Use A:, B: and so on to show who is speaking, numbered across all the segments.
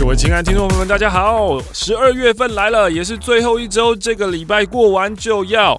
A: 各位亲爱的听众朋友们，大家好！十二月份来了，也是最后一周，这个礼拜过完就要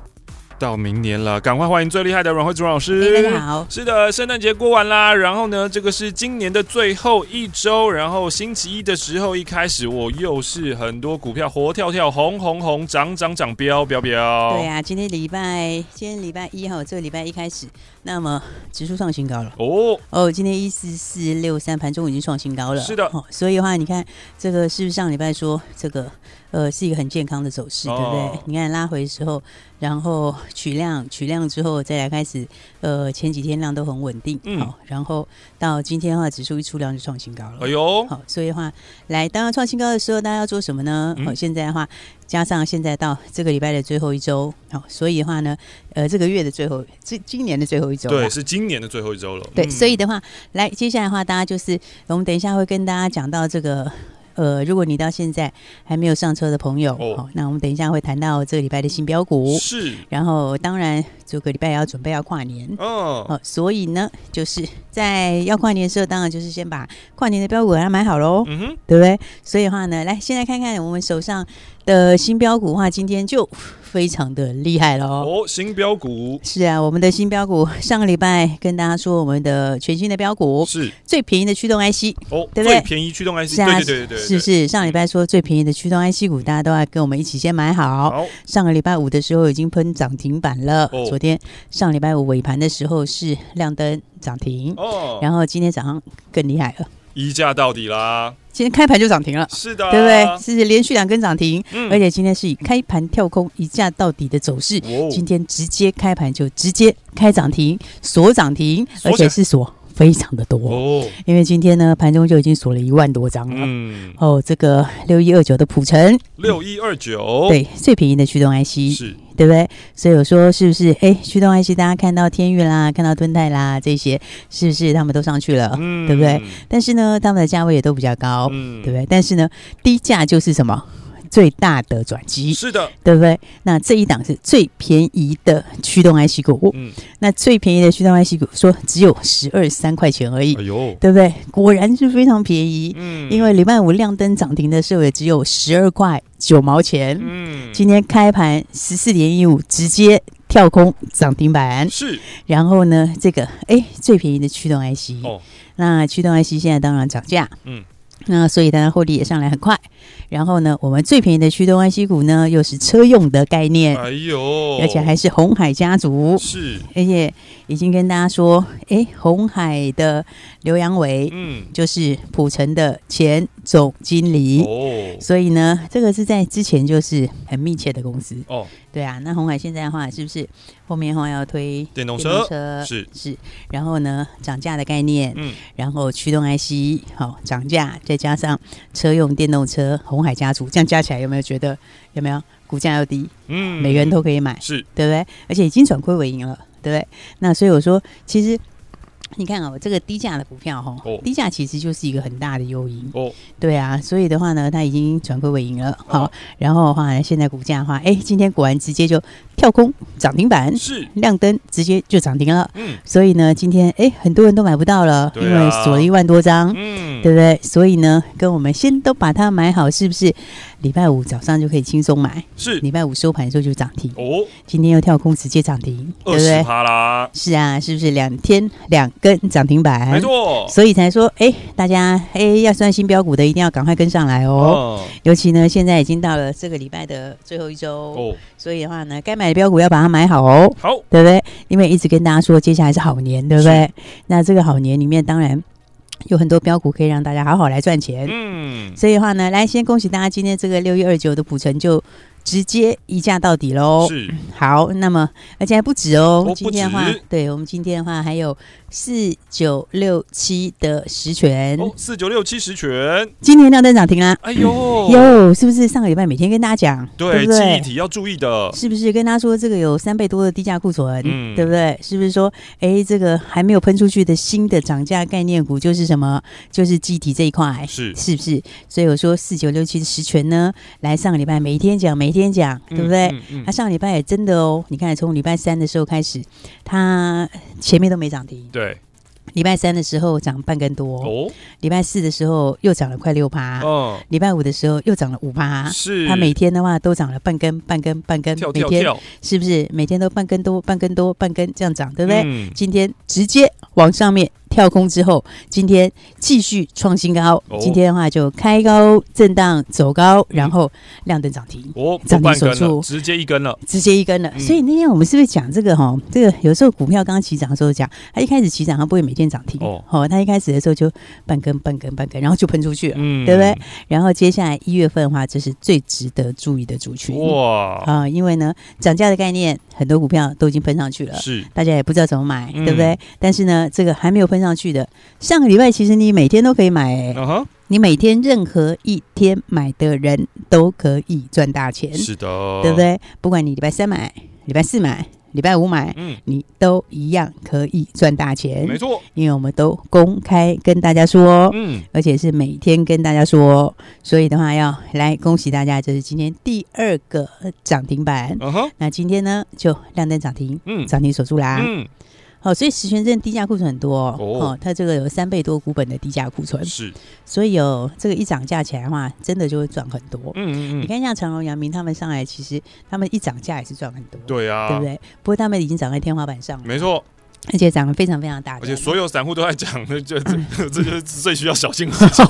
A: 到明年了，赶快欢迎最厉害的阮慧珠老师。
B: 哎大家好
A: 是的，圣诞节过完啦，然后呢，这个是今年的最后一周，然后星期一的时候一开始，我又是很多股票活跳跳，红红红，涨涨涨，飙飙飙。
B: 对啊，今天礼拜，今天礼拜一哈，这个礼拜一开始，那么指数创新高了。
A: 哦，
B: 哦，今天一四四六三盘中已经创新高了，
A: 是的
B: 哦、所以的话，你看这个是不是上礼拜说这个呃是一个很健康的走势，
A: 哦
B: 对不对？你看拉回的时候，然后取量，取量之后再来开始，呃前几天量都很稳定，
A: 嗯
B: 哦，然后到今天的话，指数一出量就创新高了，
A: 哎呦，
B: 好，所以的话，来，当然创新高的时候，大家要做什么呢？好、
A: 嗯
B: 现在的话，加上现在到这个礼拜的最后一周，好，所以的话呢，呃，这个月的最后，这今年的最后一周啦，
A: 对，是今年的最后一周了。
B: 对，
A: 嗯
B: 所以的话，来，接下来的话，大家就是我们等一下会跟大家讲到这个。呃，如果你到现在还没有上车的朋友，
A: 哦嗯
B: 好，那我们等一下会谈到这个礼拜的新标股，
A: 是，
B: 然后当然这个礼拜也要准备要跨年，
A: 嗯，
B: 哦，所以呢，就是在要跨年的时候，当然就是先把跨年的哦标股给它买好喽，
A: 嗯哼，
B: 对不对？所以的话呢，来现在看看我们手上的新标股的话，今天就非常的厉害喽。
A: 哦，新标股
B: 是啊，我们的新标股上个礼拜跟大家说，我们的全新的标股
A: 是。
B: 最便宜的驱动 IC，
A: 哦，
B: 对不对
A: 最便宜驱动 IC，
B: 哦是啊
A: 嗯对对对对对，
B: 是不是？上礼拜说最便宜的驱动 IC 股，大家都要跟我们一起先买好。
A: 好，
B: 上个礼拜五的时候已经喷涨停板了，
A: 哦
B: 昨天上礼拜五尾盘的时候是亮灯涨停，
A: 哦，
B: 然后今天早上更厉害了，
A: 一价到底啦，
B: 今天开盘就涨停了。
A: 是的，
B: 对不对？是连续两根涨停，
A: 嗯
B: 而且今天是以开盘跳空一价到底的走势，
A: 哦
B: 今天直接开盘就直接开涨停，锁涨停，
A: 锁
B: 而
A: 起来
B: 且是锁非常的多，
A: 哦，
B: 因为今天呢盘中就已经锁了一万多张了。
A: 嗯，
B: 哦，这个六一二九的普城，
A: 六一二九，，
B: 对最便宜的驱动 IC，
A: 哦是，
B: 对不对？所以我说是不是？哎，驱动 IC 大家看到天域啦，看到敦泰啦，这些是不是他们都上去了？
A: 嗯
B: 啊对不对？但是呢，他们的价位也都比较高，
A: 嗯
B: 对不对？但是呢，低价就是什么最大的转机，
A: 是的，
B: 对不对？那这一档是最便宜的驱动 IC 股，
A: 嗯，
B: 那最便宜的驱动 IC 股说只有十二三块钱而已，
A: 哎呦，
B: 对不对？果然是非常便宜，
A: 嗯
B: 因为礼拜五亮灯涨停的时候也只有十二块九毛钱，
A: 嗯，
B: 今天开盘十四点一五直接。跳空涨停板，
A: 是
B: 然后呢，这个哎最便宜的驱动 IC，、
A: 哦，
B: 那驱动 IC 现在当然涨价，
A: 嗯
B: 嗯，那所以大家获利也上来很快。然后呢，我们最便宜的驱动 IC 股呢，又是车用的概念，
A: 哎呦，
B: 而且还是红海家族，
A: 是，
B: 而且已经跟大家说，诶，红海的刘阳伟
A: 嗯，
B: 就是普城的前总经理。
A: 哦，
B: 所以呢，这个是在之前就是很密切的公司，
A: 哦，
B: 对啊。那红海现在的话，是不是后面的话要推
A: 电动
B: 电动
A: 车
B: 车
A: 是
B: 是，然后呢，涨价的概念，
A: 嗯
B: 然后驱动 IC 好、涨价，再加上车用电动车红海家族，这样加起来有没有觉得有没有股价又低，
A: 嗯，
B: 每个人都可以买，
A: 是，
B: 对不对？而且已经转亏为盈了，对不对？那所以我说，其实你看啊、我这个低价的股票哈、
A: 哦
B: 低价其实就是一个很大的诱因，
A: 哦，
B: 对啊，所以的话呢，它已经转亏为盈了，好、
A: 哦
B: 然后的话呢，现在股价的话，哎，今天果然直接就跳空涨停板，
A: 是，
B: 亮灯直接就涨停了。
A: 嗯
B: 所以呢，今天诶很多人都买不到了，
A: 对啊
B: 因为锁了一万多张，
A: 嗯，
B: 对不对？所以呢，跟我们先都把它买好，是不是？礼拜五早上就可以轻松买，
A: 是，
B: 礼拜五收盘的时候就涨停，
A: 哦，
B: 今天又跳空直接涨停，对
A: 二
B: 不
A: 十
B: 对？
A: 趴啦，
B: 是啊，是不是两天两根涨停板？
A: 没错，
B: 所以才说，诶，大家诶要算新标股的，一定要赶快跟上来哦。
A: 哦，
B: 尤其呢，现在已经到了这个礼拜的最后一周，
A: 哦，
B: 所以的话呢，该买的标股要把它买好哦。
A: 好，
B: 对不对？因为一直跟大家说，接下来是好年，对不对？那这个好年里面，当然有很多标股可以让大家好好来赚钱。
A: 嗯，
B: 所以的话呢，来先恭喜大家，今天这个六一二九的普成就直接一价到底喽。
A: 是，
B: 好，那么而且还不止哦，
A: 哦
B: 今天的话
A: 不止，
B: 对我们今天的话还有四九六七的实权，
A: 哦，四九六七十全，
B: 今年亮灯涨停啦。
A: 哎呦，
B: 哟，是不是上个礼拜每天跟大家讲，
A: 对，
B: 不
A: 记忆
B: 对？
A: 体要注意的，
B: 是不是跟他说这个有三倍多的低价库存，
A: 嗯
B: 对不对？是不是说，哎，这个还没有喷出去的新的涨价概念股就是什么？就是记忆体这一块，
A: 是
B: 是不是？所以我说四九六七的实权呢，来上个礼拜每一天讲，每一天讲，对不对？
A: 嗯？嗯
B: 它、上个礼拜也真的哦，你看从礼拜三的时候开始，它前面都没涨停，
A: 对，
B: 礼拜三的时候涨半根多，
A: 哦，
B: 礼拜四的时候又涨了快六趴，
A: 嗯，
B: 礼拜五的时候又涨了五趴。
A: 是，
B: 它啊每天的话都涨了半根、半根、半根，
A: 跳
B: 每
A: 跳
B: 天
A: 跳，
B: 是不是每天都半根多、半根多、半根这样涨，对不对？
A: 嗯
B: 今天直接往上面跳空之后，今天继续创新高。
A: 哦
B: 今天的话就开高震荡走高，然后亮灯涨停，
A: 哦，不
B: 涨停
A: 半根
B: 手
A: 了，
B: 术
A: 直接一根了，
B: 直接一根了。
A: 嗯
B: 所以那天我们是不是讲这个哈？这个有时候股票刚刚起涨的时候讲，它一开始起涨它不会每天涨停，
A: 哦
B: 哦，它一开始的时候就半根半根半根，然后就喷出去了。
A: 嗯
B: 对不对？然后接下来一月份的话，这是最值得注意的族群。
A: 哇，
B: 啊、因为呢，涨价的概念，很多股票都已经喷上去了，
A: 是，
B: 大家也不知道怎么买，
A: 嗯
B: 对不对？但是呢，这个还没有喷上去的，上个礼拜其实你每天都可以买、诶
A: 嗯哼，
B: 你每天任何一天买的人都可以赚大钱，
A: 是的，
B: 嗯对不？对？不管你礼拜三买、礼拜四买、礼拜五买，
A: 嗯，
B: 你都一样可以赚大
A: 没
B: 钱，
A: 错，
B: 因为我们都公开跟大家说。
A: 嗯，
B: 而且是每天跟大家说，所以的话要来恭喜大家，这是今天第二个涨停板。
A: 嗯哼，
B: 那今天呢，就亮灯涨停，
A: 嗯
B: 涨停锁住啦。
A: 嗯，
B: 好、所以十全证低价库存很多哦，
A: 哦
B: 哦它这个有三倍多股本的低价库存，
A: 是，
B: 所以有、这个一涨价起来的话，真的就会赚很多。
A: 嗯嗯
B: 你
A: 嗯，
B: 看像长荣、阳明他们上来，其实他们一涨价也是赚很多，、
A: 对啊，
B: 不？对？不过他们已经涨在天花板上了，
A: 没错，
B: 而且涨得非常非常大
A: 而
B: 的，嗯
A: 且所有散户都在讲， 那就这这就是最需要小心的事情。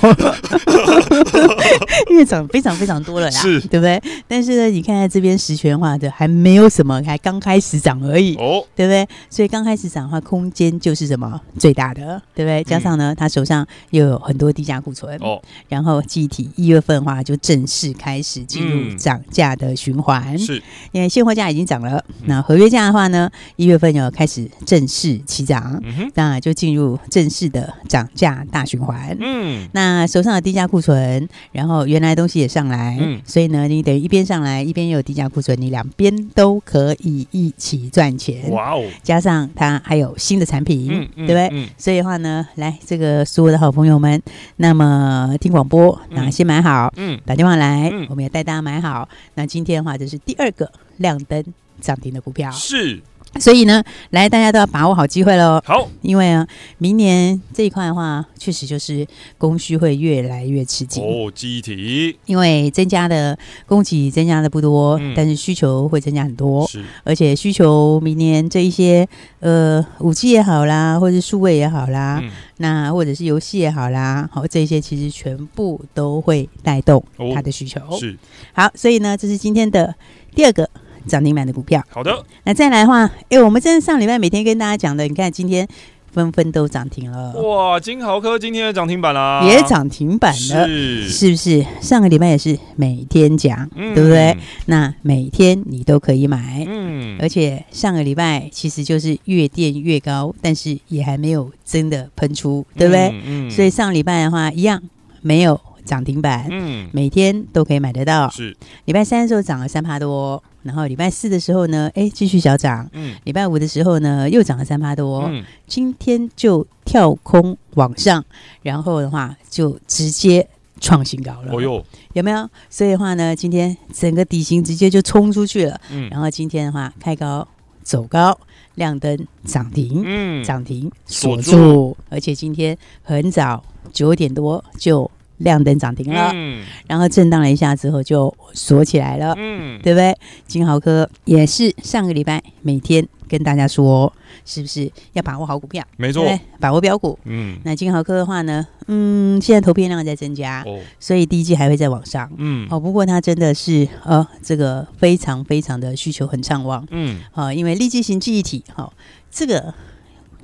B: 因为涨非常非常多了啦，
A: 是
B: 对不对？但是呢，你看看这边十全化的还没有什么，还刚开始涨而已，
A: 哦，
B: 对不对？所以刚开始涨的话，空间就是什么最大的，对不对？加上呢，他手上又有很多低价库存，
A: 嗯哦，
B: 然后集体一月份的话就正式开始进入
A: 嗯
B: 涨价的循环，
A: 是，
B: 因为现货价已经涨了，
A: 嗯
B: 那合约价的话呢，一月份要开始正式起涨，
A: 嗯哼，
B: 那就进入正式的涨价大循环。
A: 嗯，
B: 那手上的低价库存，然后原来东西也上来，
A: 嗯
B: 所以呢，你等于一边上来，一边又有低价库存，你两边都可以一起赚钱。
A: 哇哦，
B: 加上它还有新的产品，
A: 嗯，
B: 嗯对
A: 嗯
B: 不对？
A: 嗯，
B: 所以的话呢，来这个所有的好朋友们，那么听广播，
A: 嗯
B: 那先买好，
A: 嗯，
B: 打电话来，
A: 嗯
B: 我们也带大家买好。那今天的话，就是第二个亮灯涨停的股票，
A: 是，
B: 所以呢，来大家都要把握好机会喽。
A: 好，
B: 因为啊，明年这一块的话，确实就是供需会越来越吃紧，
A: 哦，记忆体
B: 因为增加的供给增加的不多，
A: 嗯
B: 但是需求会增加很多，
A: 是，
B: 而且需求明年这一些呃五 G 也好啦，或者是数位也好啦，
A: 嗯，
B: 那或者是游戏也好啦，好这些其实全部都会带动
A: 哦
B: 它的需求。
A: 是，
B: 好，所以呢，这是今天的第二个涨停板的股票。
A: 好的，
B: 那再来的话，哎、我们真的上礼拜每天跟大家讲的，你看今天纷纷都涨停了，
A: 哇，金豪科今天的涨停板啦，
B: 也涨停板了，
A: 是，
B: 是不是？上个礼拜也是每天讲，
A: 嗯
B: 对不对？？那每天你都可以买，
A: 嗯，
B: 而且上个礼拜其实就是越垫越高，但是也还没有真的喷出，对不对？
A: 嗯
B: 所以，上礼拜的话一样没有涨停板。
A: 嗯，
B: 每天都可以买得到。
A: 是，
B: 礼拜三的时候涨了三趴多，哦然后礼拜四的时候呢，哎，继续小涨，
A: 嗯，
B: 礼拜五的时候呢，又涨了三趴多，哦
A: 嗯，
B: 今天就跳空往上，然后的话就直接创新高了，
A: 哦哟，
B: 有没有？所以的话呢，今天整个底型直接就冲出去了，
A: 嗯，
B: 然后今天的话开高走高，亮灯涨停，
A: 嗯，
B: 涨停
A: 锁
B: 锁
A: 住
B: 住，而且今天很早九点多就亮灯涨停了，
A: 嗯，
B: 然后震荡了一下之后就锁起来了。
A: 嗯，
B: 对不对？金豪科也是上个礼拜每天跟大家说，是不是要把握好股票，
A: 没
B: 对
A: 错
B: 不，对？把握标股。
A: 嗯，
B: 那金豪科的话呢，嗯，现在投片量在增加，
A: 哦，
B: 所以第一季还会再往上。
A: 嗯，
B: 啊哦，不过它真的是呃，这个非常非常的需求很畅旺
A: 嗯，
B: 啊、因为立即型记忆体，好、这个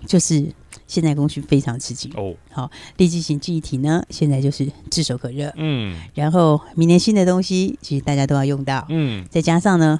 B: 就是现在供需非常吃紧。
A: 哦，
B: 立即型记忆体呢，现在就是炙手可热，
A: 嗯，
B: 然后明年新的东西，其实大家都要用到。
A: 嗯，
B: 再加上呢，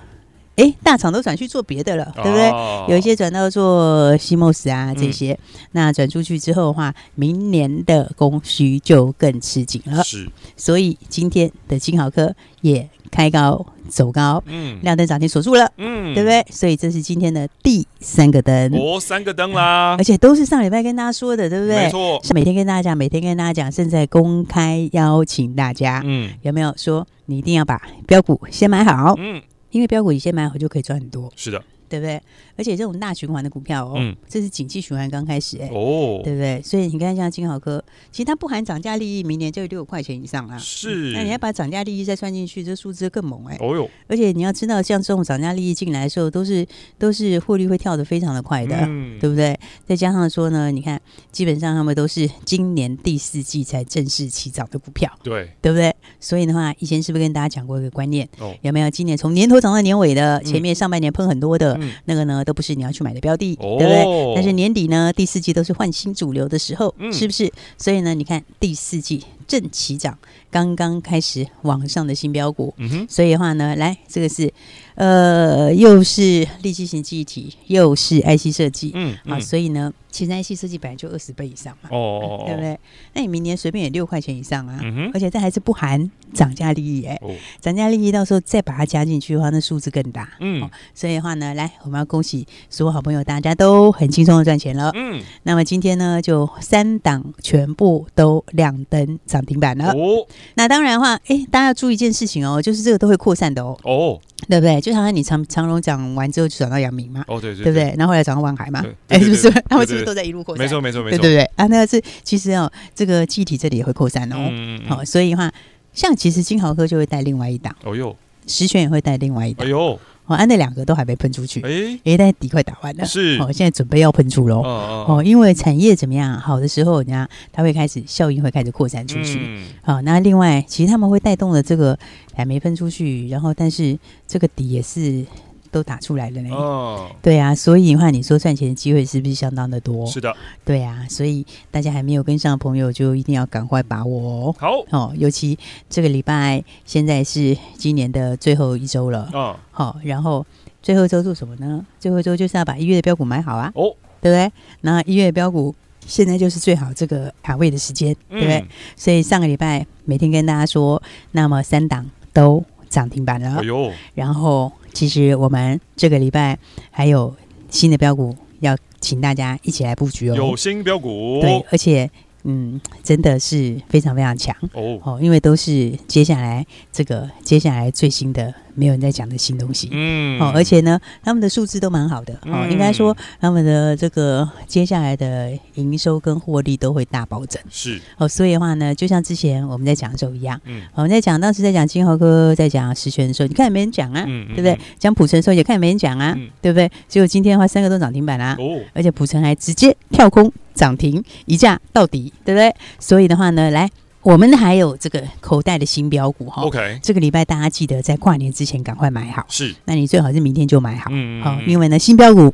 B: 哎，大厂都转去做别的了，对不对？
A: 哦嗯
B: 有一些转到做西莫斯啊这些，那转出去之后的话，明年的供需就更吃紧了。
A: 是，
B: 所以今天的金豪科也开高走高，
A: 嗯
B: 亮灯涨停锁住了，
A: 嗯
B: 对不？对？所以这是今天的第三个灯，
A: 哦，三个灯啦
B: 而，且都是上礼拜跟大家说的，对啊不
A: 没
B: 对？
A: 错，
B: 是每天跟大家讲，每天跟大家讲，现在公开邀请大家，
A: 嗯
B: 有没有说你一定要把标股先买好，
A: 嗯，
B: 因为标股你先买好就可以赚很多，
A: 是的，
B: 对不对？而且这种大循环的股票哦，
A: 嗯
B: 这是景气循环刚开始哎、
A: 哦，
B: 对不对？所以你看，像金豪科，其实它不含涨价利益，明年就六块钱以上啦。
A: 是
B: 那你要把涨价利益再算进去，这数字更猛哎、
A: 哦哟，
B: 而且你要知道，像这种涨价利益进来的时候，都是都是获利会跳得非常的快的，
A: 嗯
B: 对不对？再加上说呢，你看，基本上他们都是今年第四季才正式起涨的股票，
A: 对，
B: 对不对？所以的话，以前是不是跟大家讲过一个观念？
A: 哦
B: 有没有？今年从年头涨到年尾的，
A: 嗯
B: 前面上半年喷很多的、
A: 嗯
B: 那个呢，都不是你要去买的标的，
A: 哦
B: 对不对？但是年底呢，第四季都是换新主流的时候，
A: 嗯
B: 是不是？所以呢，你看第四季正起涨，刚刚开始往上的新标股。
A: 嗯哼，
B: 所以的话呢，来这个是，呃，又是立基型记忆体，又是 IC 设计、
A: 嗯
B: 啊，
A: 嗯，
B: 所以呢，其实 IC 设计本来就二十倍以上嘛，
A: 哦哦，哦
B: 对不？对？那你明年随便也六块钱以上啊，
A: 嗯哼，
B: 而且这还是不含涨价利益哎、
A: 哦，
B: 涨价利益到时候再把它加进去的话，那数字更大。
A: 嗯
B: 哦所以的话呢，来，我们要恭喜所有好朋友，大家都很轻松的赚钱了。
A: 嗯，
B: 那么今天呢，就三档全部都亮灯涨停板了。
A: 哦
B: 那当然的话，哎，大家要注意一件事情哦，就是这个都会扩散的哦，
A: 哦
B: 对不对？就好像你长长荣涨完之后就转到阳明嘛，
A: 哦，对
B: 对不？对？然后后来转到万海嘛
A: 对，对
B: 哎，是不是
A: 对对？
B: 他们是不
A: 对对
B: 是都在一路扩散？
A: 没错没错没
B: 对
A: 错，
B: 对对啊，那是其实哦，这个气体这里也会扩
A: 음,
B: 散哦。
A: 嗯，嗯嗯
B: 好、所以的话，像其实金豪科就会带另外一档，
A: 哦哟，
B: 石泉也会带另外一档
A: 哎，呦，
B: 哦，啊，那两个都还没喷出去，
A: 哎，
B: 哎，但底快打完了，
A: 是，
B: 哦，现在准备要喷出喽。
A: 哦哦
B: 哦，因为产业怎么样好的时候，人家它会开始效应会开始扩
A: 음,
B: 散出去。
A: 嗯
B: 好、那另外其实他们会带动了这个还没喷出去，然后但是这个底也是都打出来了呢。
A: 哦，
B: 对啊，所以的话，你说赚钱的机会是不是相当的多？
A: 是的，
B: 对啊，所以大家还没有跟上的朋友，就一定要赶快把握哦。
A: 好，
B: 哦，尤其这个礼拜现在是今年的最后一周了，
A: 啊，
B: 好、然后最后一周做什么呢？最后一周就是要把一月的标股买好啊，
A: 哦，
B: 对不对？那一月的标股现在就是最好这个卡位的时间，对不对？
A: 嗯，
B: 所以上个礼拜每天跟大家说，那么三档都涨停板了
A: 哎，呦，
B: 然后其实我们这个礼拜还有新的标股要请大家一起来布局哦，
A: 有哦新标股，
B: 对，而且。嗯，真的是非常非常强
A: 哦，
B: 哦，因为都是接下来这个接下来最新的没有人在讲的新东西。
A: 嗯
B: 哦，而且呢，他们的数字都蛮好的哦，
A: 嗯
B: 应该说他们的这个接下来的营收跟获利都会大暴增
A: 是，
B: 哦，所以的话呢，就像之前我们在讲的时候一样，哦
A: 嗯
B: 我们在讲当时在讲金豪哥在讲石泉的时候，你看也没人讲啊，
A: 嗯，
B: 对不对？讲普城的时候也看也没人讲啊，
A: 嗯
B: 对不对？结果今天的话，三个都涨停板啊啦、
A: 嗯？哦，
B: 而且普城还直接跳空涨停，一价到底，对不对？所以的话呢，来，我们还有这个口袋的新标股哈、
A: OK，
B: 这个礼拜大家记得在跨年之前赶快买好。
A: 是，
B: 那你最好是明天就买好，
A: 嗯
B: 好、
A: 嗯
B: 因为呢新标股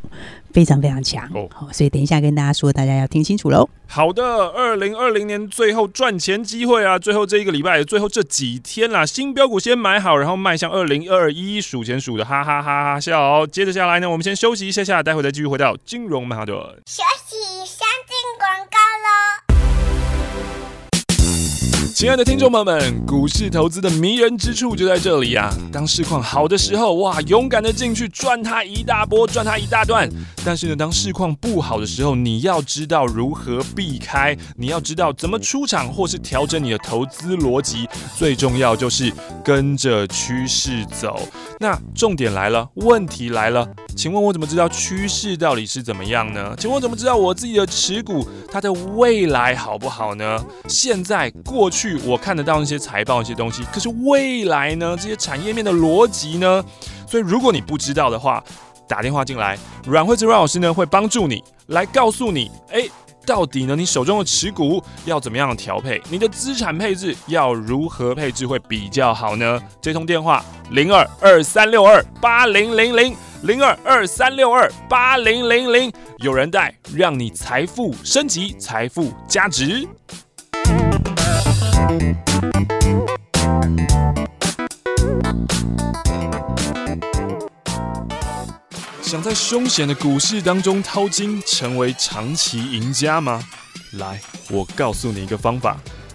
B: 非常非常强，好、
A: 哦
B: 所以等一下跟大家说，大家要听清楚喽。
A: 好的，二零二零年最后赚钱机会啊，最后这一个礼拜，最后这几天啦，新标股先买好，然后迈向二零二一数钱数的哈哈哈哈笑。接着下来呢，我们先休息一下下，待会再继续回到金融曼哈顿。
C: 学习相进广告喽。
A: 亲爱的听众朋友们，股市投资的迷人之处就在这里啊！当市况好的时候，哇，勇敢的进去赚它一大波，赚它一大段。但是呢，当市况不好的时候，你要知道如何避开，你要知道怎么出场，或是调整你的投资逻辑。最重要就是跟着趋势走。那重点来了，问题来了，请问我怎么知道趋势到底是怎么样呢？请问我怎么知道我自己的持股它的未来好不好呢？现在过去我看得到那些财报那些东西，可是未来呢？这些产业面的逻辑呢？所以如果你不知道的话，打电话进来，阮慧芝阮老师呢会帮助你来告诉你，哎。到底呢？你手中的持股要怎么样调配？你的资产配置要如何配置会比较好呢？这通电话零二二三六二八零零零零二二三六二八零零零，有人带，让你财富升级，财富价值。在凶险的股市当中淘金，成为长期赢家吗？来，我告诉你一个方法。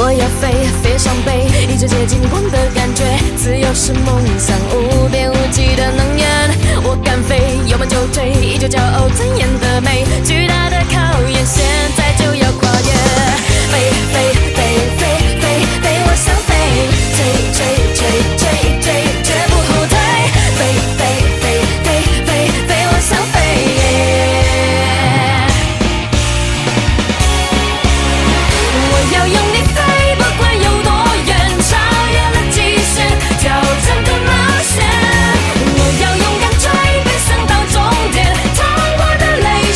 D: 我要飞，飞上北，一直接近光的感觉。自由是梦想，无边无际的能源。我敢飞，有梦就追，依旧骄傲尊严的美。巨大的考验，现在就要跨越。飞飞飞飞飞飞，我想飞，追追追追追，绝不后退。飞飞飞飞飞飞，我想飞。我要用力飞，不管有多远，超越了极限，挑战更冒险。我要勇敢追，奔向到终点，痛过的泪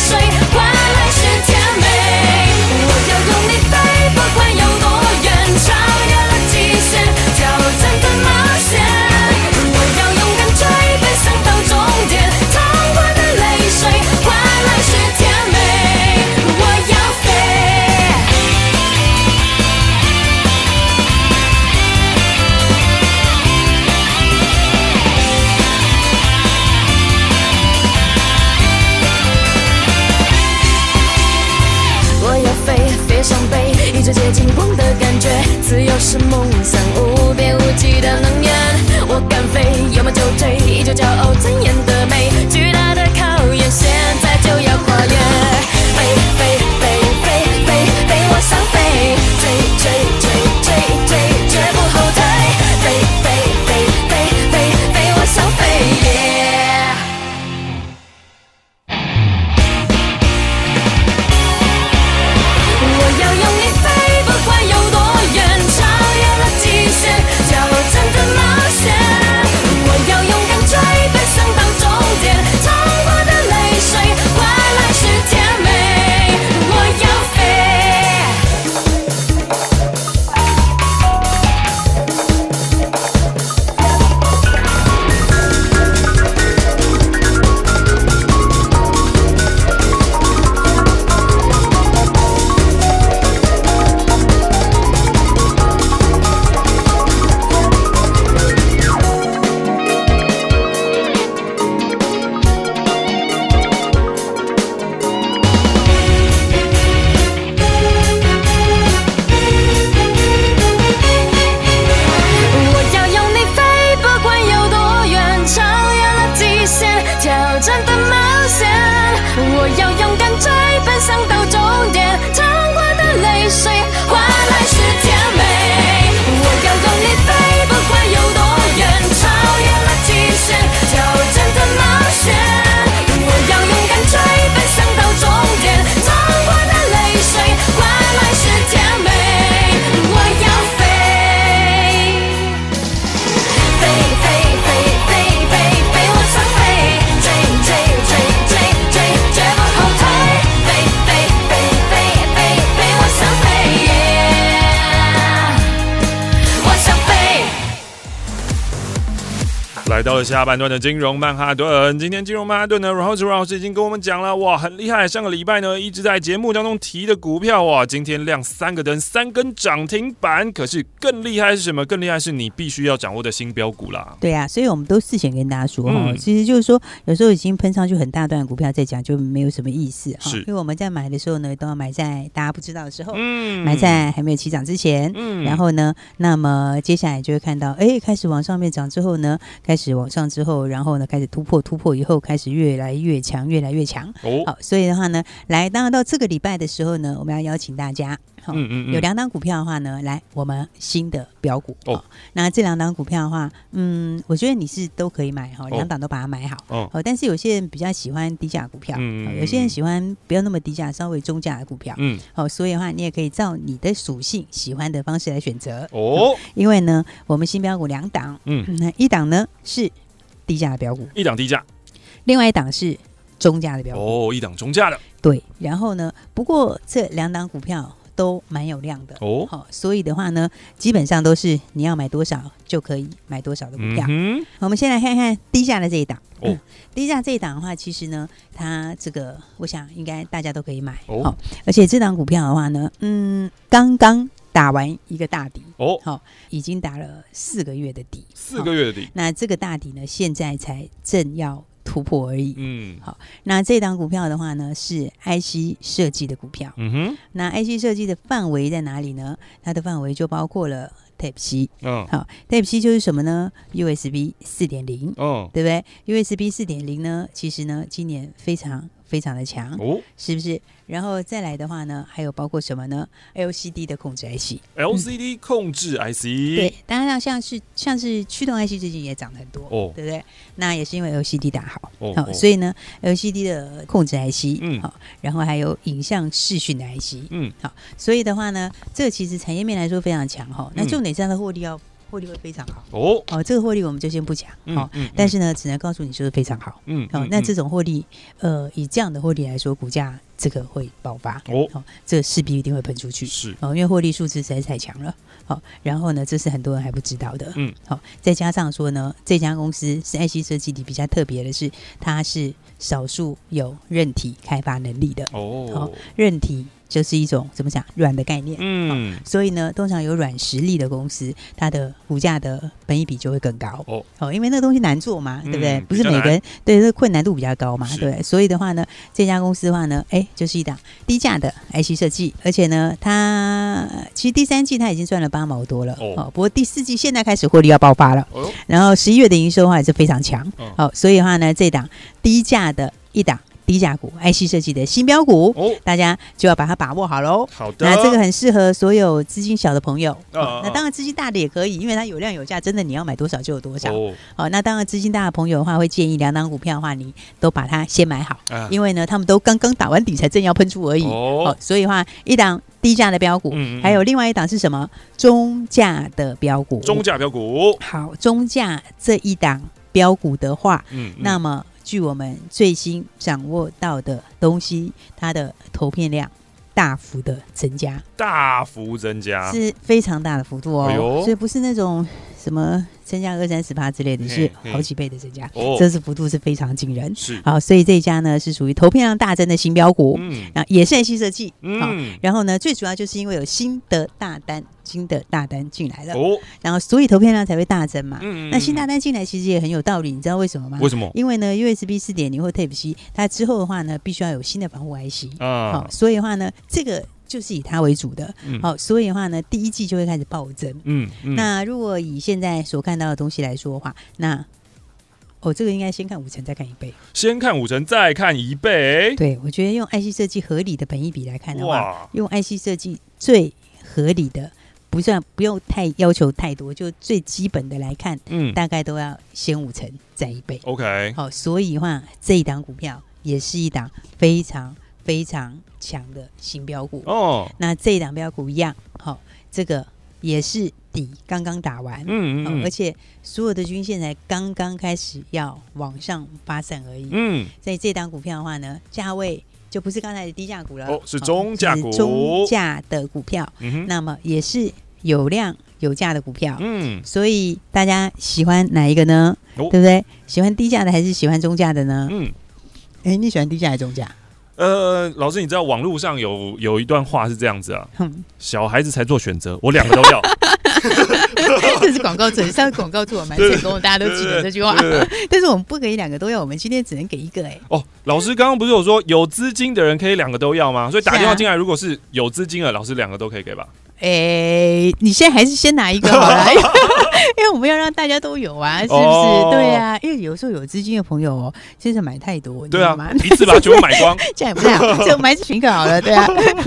A: 来到了下半段的金融曼哈顿。今天金融曼哈顿呢，然后朱老师已经跟我们讲了，哇，很厉害。上个礼拜呢，一直在节目当中提的股票，哇，今天亮三个灯，三根涨停板。可是更厉害是什么？更厉害是你必须要掌握的新标股啦。
B: 对啊，所以我们都事先跟大家说哈、
A: 嗯
B: 其实就是说有时候已经喷上去很大段的股票再讲就没有什么意思哈、
A: 是
B: 因为我们在买的时候呢，都要买在大家不知道的时候，
A: 嗯
B: 买哦在还没有起涨之前。
A: 嗯
B: 然后呢，那么接下来就会看到，哎，开始往上面涨之后呢，开始往上之后，然后呢，开始突破，突破以后开始越来越强，越来越强。
A: 哦，
B: 好，所以的话呢，来，当然到这个礼拜的时候呢，我们要邀请大家，好、
A: 嗯嗯嗯
B: 有两档股票的话呢，来我们新的标股
A: 哦
B: 哦那这两档股票的话，嗯，我觉得你是都可以买哈，两档都把它买好。
A: 哦
B: 哦，但是有些人比较喜欢低价股票，
A: 嗯
B: 哦有些人喜欢不要那么低价，稍微中价的股票。
A: 嗯，
B: 哦，所以的话，你也可以照你的属性喜欢的方式来选择。
A: 哦，
B: 因为呢，我们新标股两档，
A: 嗯
B: 那一档呢是低价的标股，
A: 一档低价，
B: 另外一档是中价的标股。
A: 哦，一档中价的，
B: 对，然后呢，不过这两档股票都蛮有量的。
A: 哦，
B: 好、所以的话呢，基本上都是你要买多少就可以买多少的股
A: 嗯
B: 票。
A: 哼，
B: 我们先来看看低价的这一档。
A: 哦
B: 嗯，低价这一档的话，其实呢，它这个我想应该大家都可以买。
A: 哦
B: 好而且这档股票的话呢，嗯，刚刚打完一个大底，
A: 哦，
B: 好、已经打了四个月的底。
A: 四个月的底，
B: 那这个大底呢，现在才正要突破而已。
A: 嗯
B: 那这档股票的话呢，是 IC 设计的股票。
A: 嗯哼，
B: 那 IC 设计的范围在哪里呢？它的范围就包括了 Type C，
A: 嗯
B: 好，Type C 就是什么呢？USB 四点零，
A: 嗯，
B: 对不对？USB 四点零呢，其实呢，今年非常非常的强，
A: 哦
B: 是不是？然后再来的话呢，还有包括什么呢？LCD 的控制 IC，
A: ，LCD 控制 IC，
B: 嗯对，当然像是像是驱动 IC 最近也涨得很多，
A: 哦
B: 对不对？那也是因为 LCD 打好，
A: 哦
B: 好、
A: 哦
B: 所以呢，LCD 的控制 IC，
A: 嗯
B: 好、然后还有影像视讯的 IC，
A: 嗯，
B: 好、所以的话呢，这其实产业面来说非常强哈、
A: 嗯
B: 那重点是它的获利要获利会非常好，
A: 哦，
B: 哦，这个获利我们就先不讲，
A: 嗯
B: 好、
A: 嗯
B: 但是呢，只能告诉你说是非常好，
A: 嗯，
B: 好、
A: 嗯
B: 那这
A: 嗯
B: 种获利，呃，以这样的获利来说，股价这个会爆发，
A: 哦
B: 好、这势必一定会喷出去，
A: 是
B: 哦，因为获利数字实在是太强了。好、然后呢，这是很多人还不知道的。
A: 嗯，
B: 好、再加上说呢，这家公司是爱 c 设计里比较特别的是，它是少数有韧体开发能力的。
A: 哦
B: 好，韧体就是一种怎么讲软的概念。
A: 嗯，
B: 所以呢，通常有软实力的公司，它的股价的本益比就会更高
A: 哦
B: 哦因为那个东西难做嘛，
A: 嗯
B: 对不对？
A: 比
B: 不是
A: 较
B: 每个人对这个困难度比较高嘛，
A: 是
B: 对不对。所以的话呢，这家公司的话呢，哎，就是一档低价的 IC 设计，而且呢，它其实第三季它已经赚了八毛多了
A: 哦
B: 哦不过第四季现在开始获利要爆发了，
A: 哦哟，
B: 然后十一月的营收的话也是非常强
A: 嗯
B: 哦所以的话呢，这档低价的一档低价股 IC 设计的新标股，
A: 哦，
B: 大家就要把它把握好喽。
A: 好的，
B: 那这个很适合所有资金小的朋友。
A: 啊啊
B: 哦那当然资金大的也可以，因为它有量有价，真的你要买多少就有多少。
A: 哦，
B: 哦，那当然资金大的朋友的话，会建议两档股票的话，你都把它先买好，
A: 啊
B: 因为呢，他们都刚刚打完底才正要喷出而已。
A: 哦，
B: 所以的话，一档低价的标股，
A: 嗯嗯嗯
B: 还有另外一档是什么？中价的标股。
A: 中价标股，
B: 好，中价这一档标股的话，
A: 嗯，嗯
B: 那么据我们最新掌握到的东西，它的投片量大幅的增加，
A: 大幅增加，
B: 是非常大的幅度哦。
A: 啊哎呦
B: 所以不是那种什么增加二三十趴之类的，是
A: 嘿
B: 好几倍的增加，
A: 哦，
B: 这次幅度是非常惊人。
A: 是，
B: 好，所以这一家呢是属于投片量大增的新标股，
A: 嗯
B: 那、也是 IC 设计。好
A: 嗯，
B: 然后呢，最主要就是因为有新的大单、新的大单进来了，
A: 哦，
B: 然后所以投片量才会大增嘛。
A: 嗯
B: 那新大单进来其实也很有道理，你知道为什么吗？
A: 为什么
B: 因为呢，USB 四点零或 Type C，它之后的话呢，必须要有新的防护 IC。好、
A: 啊？
B: 所以的话呢，这个就是以它为主的。好、
A: 嗯
B: 所以的话呢，第一季就会开始暴增。
A: 嗯嗯，
B: 那如果以现在所看到的东西来说的话，那哦，这个应该先看五成，再看一倍。
A: 先看五成，再看一倍，
B: 对，我觉得用 IC 设计合理的本益比来看的话，
A: 哇，
B: 用 IC 设计最合理的，不算不用太要求太多，就最基本的来看，
A: 嗯
B: 大概都要先五成，再一倍。
A: ，OK，
B: 好、所以的话这一档股票也是一档非常非常强的新标股。
A: 哦，
B: 那这一档标股一样，好、这个也是底刚刚打完，
A: 嗯
B: 哦
A: 嗯
B: 而
A: 嗯
B: 且所有的均线才刚刚开始要往上发散而已。
A: 嗯，
B: 所以这档股票的话呢，价位就不是刚才的低价股了，
A: 哦是
B: 好
A: 中价
B: 是
A: 股
B: 中价的股票，
A: 嗯哼，
B: 那么也是有量有价的股票。
A: 嗯，
B: 所以大家喜欢哪一个呢？
A: 哦
B: 对不对？喜欢低价的还是喜欢中价的呢？
A: 嗯，
B: 哎，你喜欢低价还是中价？
A: 呃，老师，你知道网络上有有一段话是这样子啊，
B: 哼，
A: 小孩子才做选择，我两个都 要。
B: 这是广告词，上次广告做我蛮成功的，大家都记得这句话。 但是我们不可以两个都要，我们今天只能给一个哎。
A: 哦，老师刚刚不是有说有资金的人可以两个都要吗？所以打
B: 是啊
A: 电话进来，如果是有资金的，老师两个都可以给吧？
B: 哎，你现在还是先拿一个 好了，因为我们要让大家都有啊，是不是？
A: 哦
B: 对啊，因为有时候有资金的朋友哦，真是买太多，你知
A: 对
B: 道
A: 啊
B: 吗？，
A: 一次把全部买光。
B: 这样也不 太好，就买群个好了，对啊。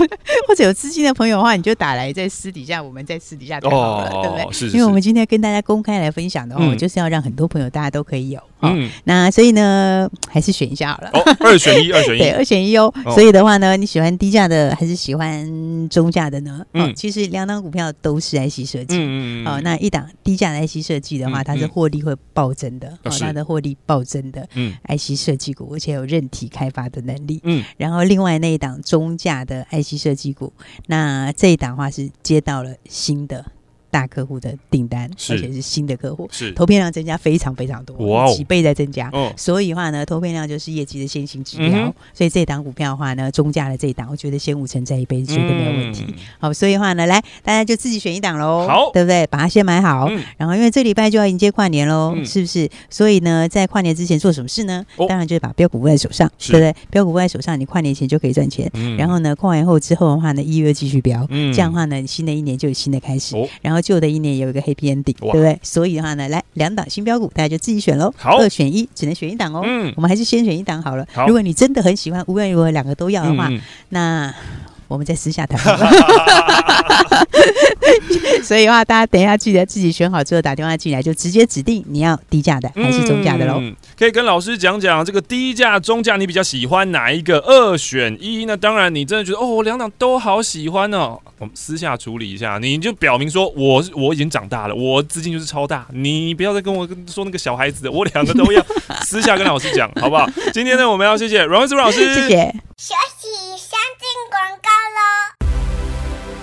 B: 或者有资金的朋友的话，你就打来，在私底下我们在私底下谈好了，
A: 哦
B: 对不对？
A: 是是
B: 因为我们今天跟大家公开来分享的哦，
A: 嗯
B: 就是要让很多朋友大家都可以有。哦
A: 嗯，
B: 那所以呢，还是选一下好了。
A: 哦，二选一，二选
B: 对，
A: 一。
B: 二选一哦。
A: 哦
B: 所以的话呢，你喜欢低价的还是喜欢中价的呢？嗯、
A: 嗯
B: 其实两档股票都是 IC 设计。
A: 嗯嗯嗯
B: 哦，那一档低价的 IC 设计的
A: 嗯
B: 话，它是
A: 嗯
B: 获利会暴增的，哦，
A: 是
B: 它的获利暴增的
A: 嗯
B: IC 设计股，而且有韧体开发的能力。
A: 嗯
B: 然后另外那一档中价的 IC 设计股，那这一档的话是接到了新的大客户的订单，
A: 是
B: 而且是新的客户，
A: 是
B: 投片量增加非常非常多，
A: 哇哦
B: 几倍在增加。
A: 哦
B: 所以的话呢，投片量就是业绩的先行指标，
A: 嗯哼
B: 所以这档股票的话呢，中价的这一档，我觉得先五成再一倍绝对没有问题。
A: 嗯
B: 好，所以的话呢，来大家就自己选一档喽，
A: 好
B: 对不对？把它先买好，
A: 嗯
B: 然后因为这礼拜就要迎接跨年喽，
A: 嗯
B: 是不是？所以呢，在跨年之前做什么事呢？
A: 哦
B: 当然就是把标股握在手上，
A: 是
B: 对不对？标股握在手上，你跨年前就可以赚钱。
A: 嗯
B: 然后呢，跨完后之后的话呢，一月继续标，
A: 嗯
B: 这样的话呢，新的一年就有新的开始，
A: 哦
B: 然后旧的一年有一个 happy ending，对
A: 哇
B: 不对？所以的话呢，来两档新标股，大家就自己选喽，
A: 好
B: 二选一，只能选一档哦。
A: 嗯
B: 我们还是先选一档好了。
A: 好
B: 如果你真的很喜欢，无论如何两个都要的话，
A: 嗯
B: 那我们再私下谈好了。 所以的话，大家等一下记得自己选好之后打电话进来，就直接指定你要低价的还是中价的喽。
A: 嗯可以跟老师讲讲这个低价、中价，你比较喜欢哪一个？二选一。那当然，你真的觉得哦，我两档都好喜欢哦。我们私下处理一下，你就表明说我是我已经长大了，我资金就是超大，你不要再跟我说那个小孩子的，我两个 都要。私下跟老师讲，好不好？今天呢，我们要谢谢阮慧珠老师，
B: 谢谢。
C: 休息，先进广告喽。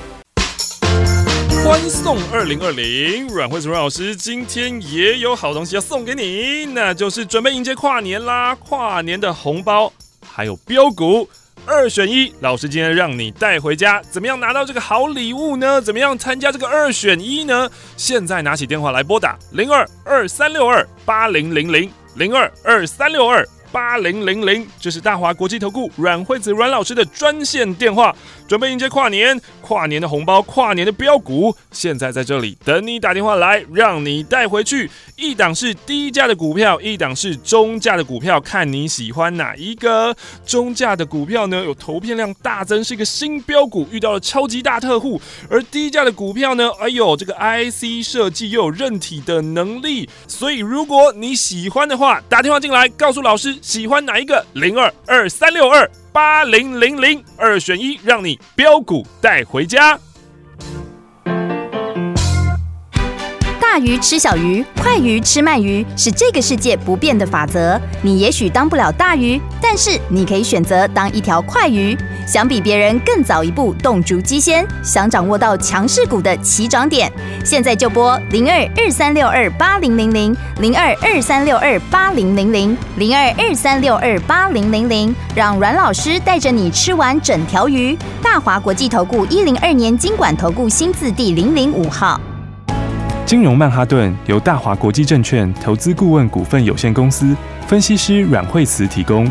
A: 欢送二零二零，阮慧主任老师今天也有好东西要送给你，那就是准备迎接跨年啦！跨年的红包还有标股二选一，老师今天让你带回家，怎么样拿到这个好礼物呢？怎么样参加这个二选一呢？现在拿起电话来拨打零二二三六二八零零零零二二三六二。八零零零，这是大华国际投顾阮惠子阮老师的专线电话。准备迎接跨年，跨年的红包，跨年的标股，现在在这里等你打电话来，让你带回去。一档是低价的股票，一档是中价的股票，看你喜欢哪一个。中价的股票呢，有投片量大增，是一个新标股，遇到了超级大特户；而低价的股票呢，哎呦，这个 IC 设计又有韧体的能力，所以如果你喜欢的话，打电话进来告诉老师喜欢哪一个，零二二三六二八零零零，二选一，让你标股带回家。
E: 大鱼吃小鱼，快鱼吃慢鱼，是这个世界不变的法则。你也许当不了大鱼，但是你可以选择当一条快鱼。想比别人更早一步动足机先，想掌握到强势股的起涨点，现在就拨零二二三六二八零零零零二二三六二八零零零零二二三六二八零零零，让阮老师带着你吃完整条鱼。大华国际投顾一零二年经管投顾新字第零零五号。
F: 金融曼哈顿由大华国际证券投资顾问股份有限公司分析师阮惠慈提供。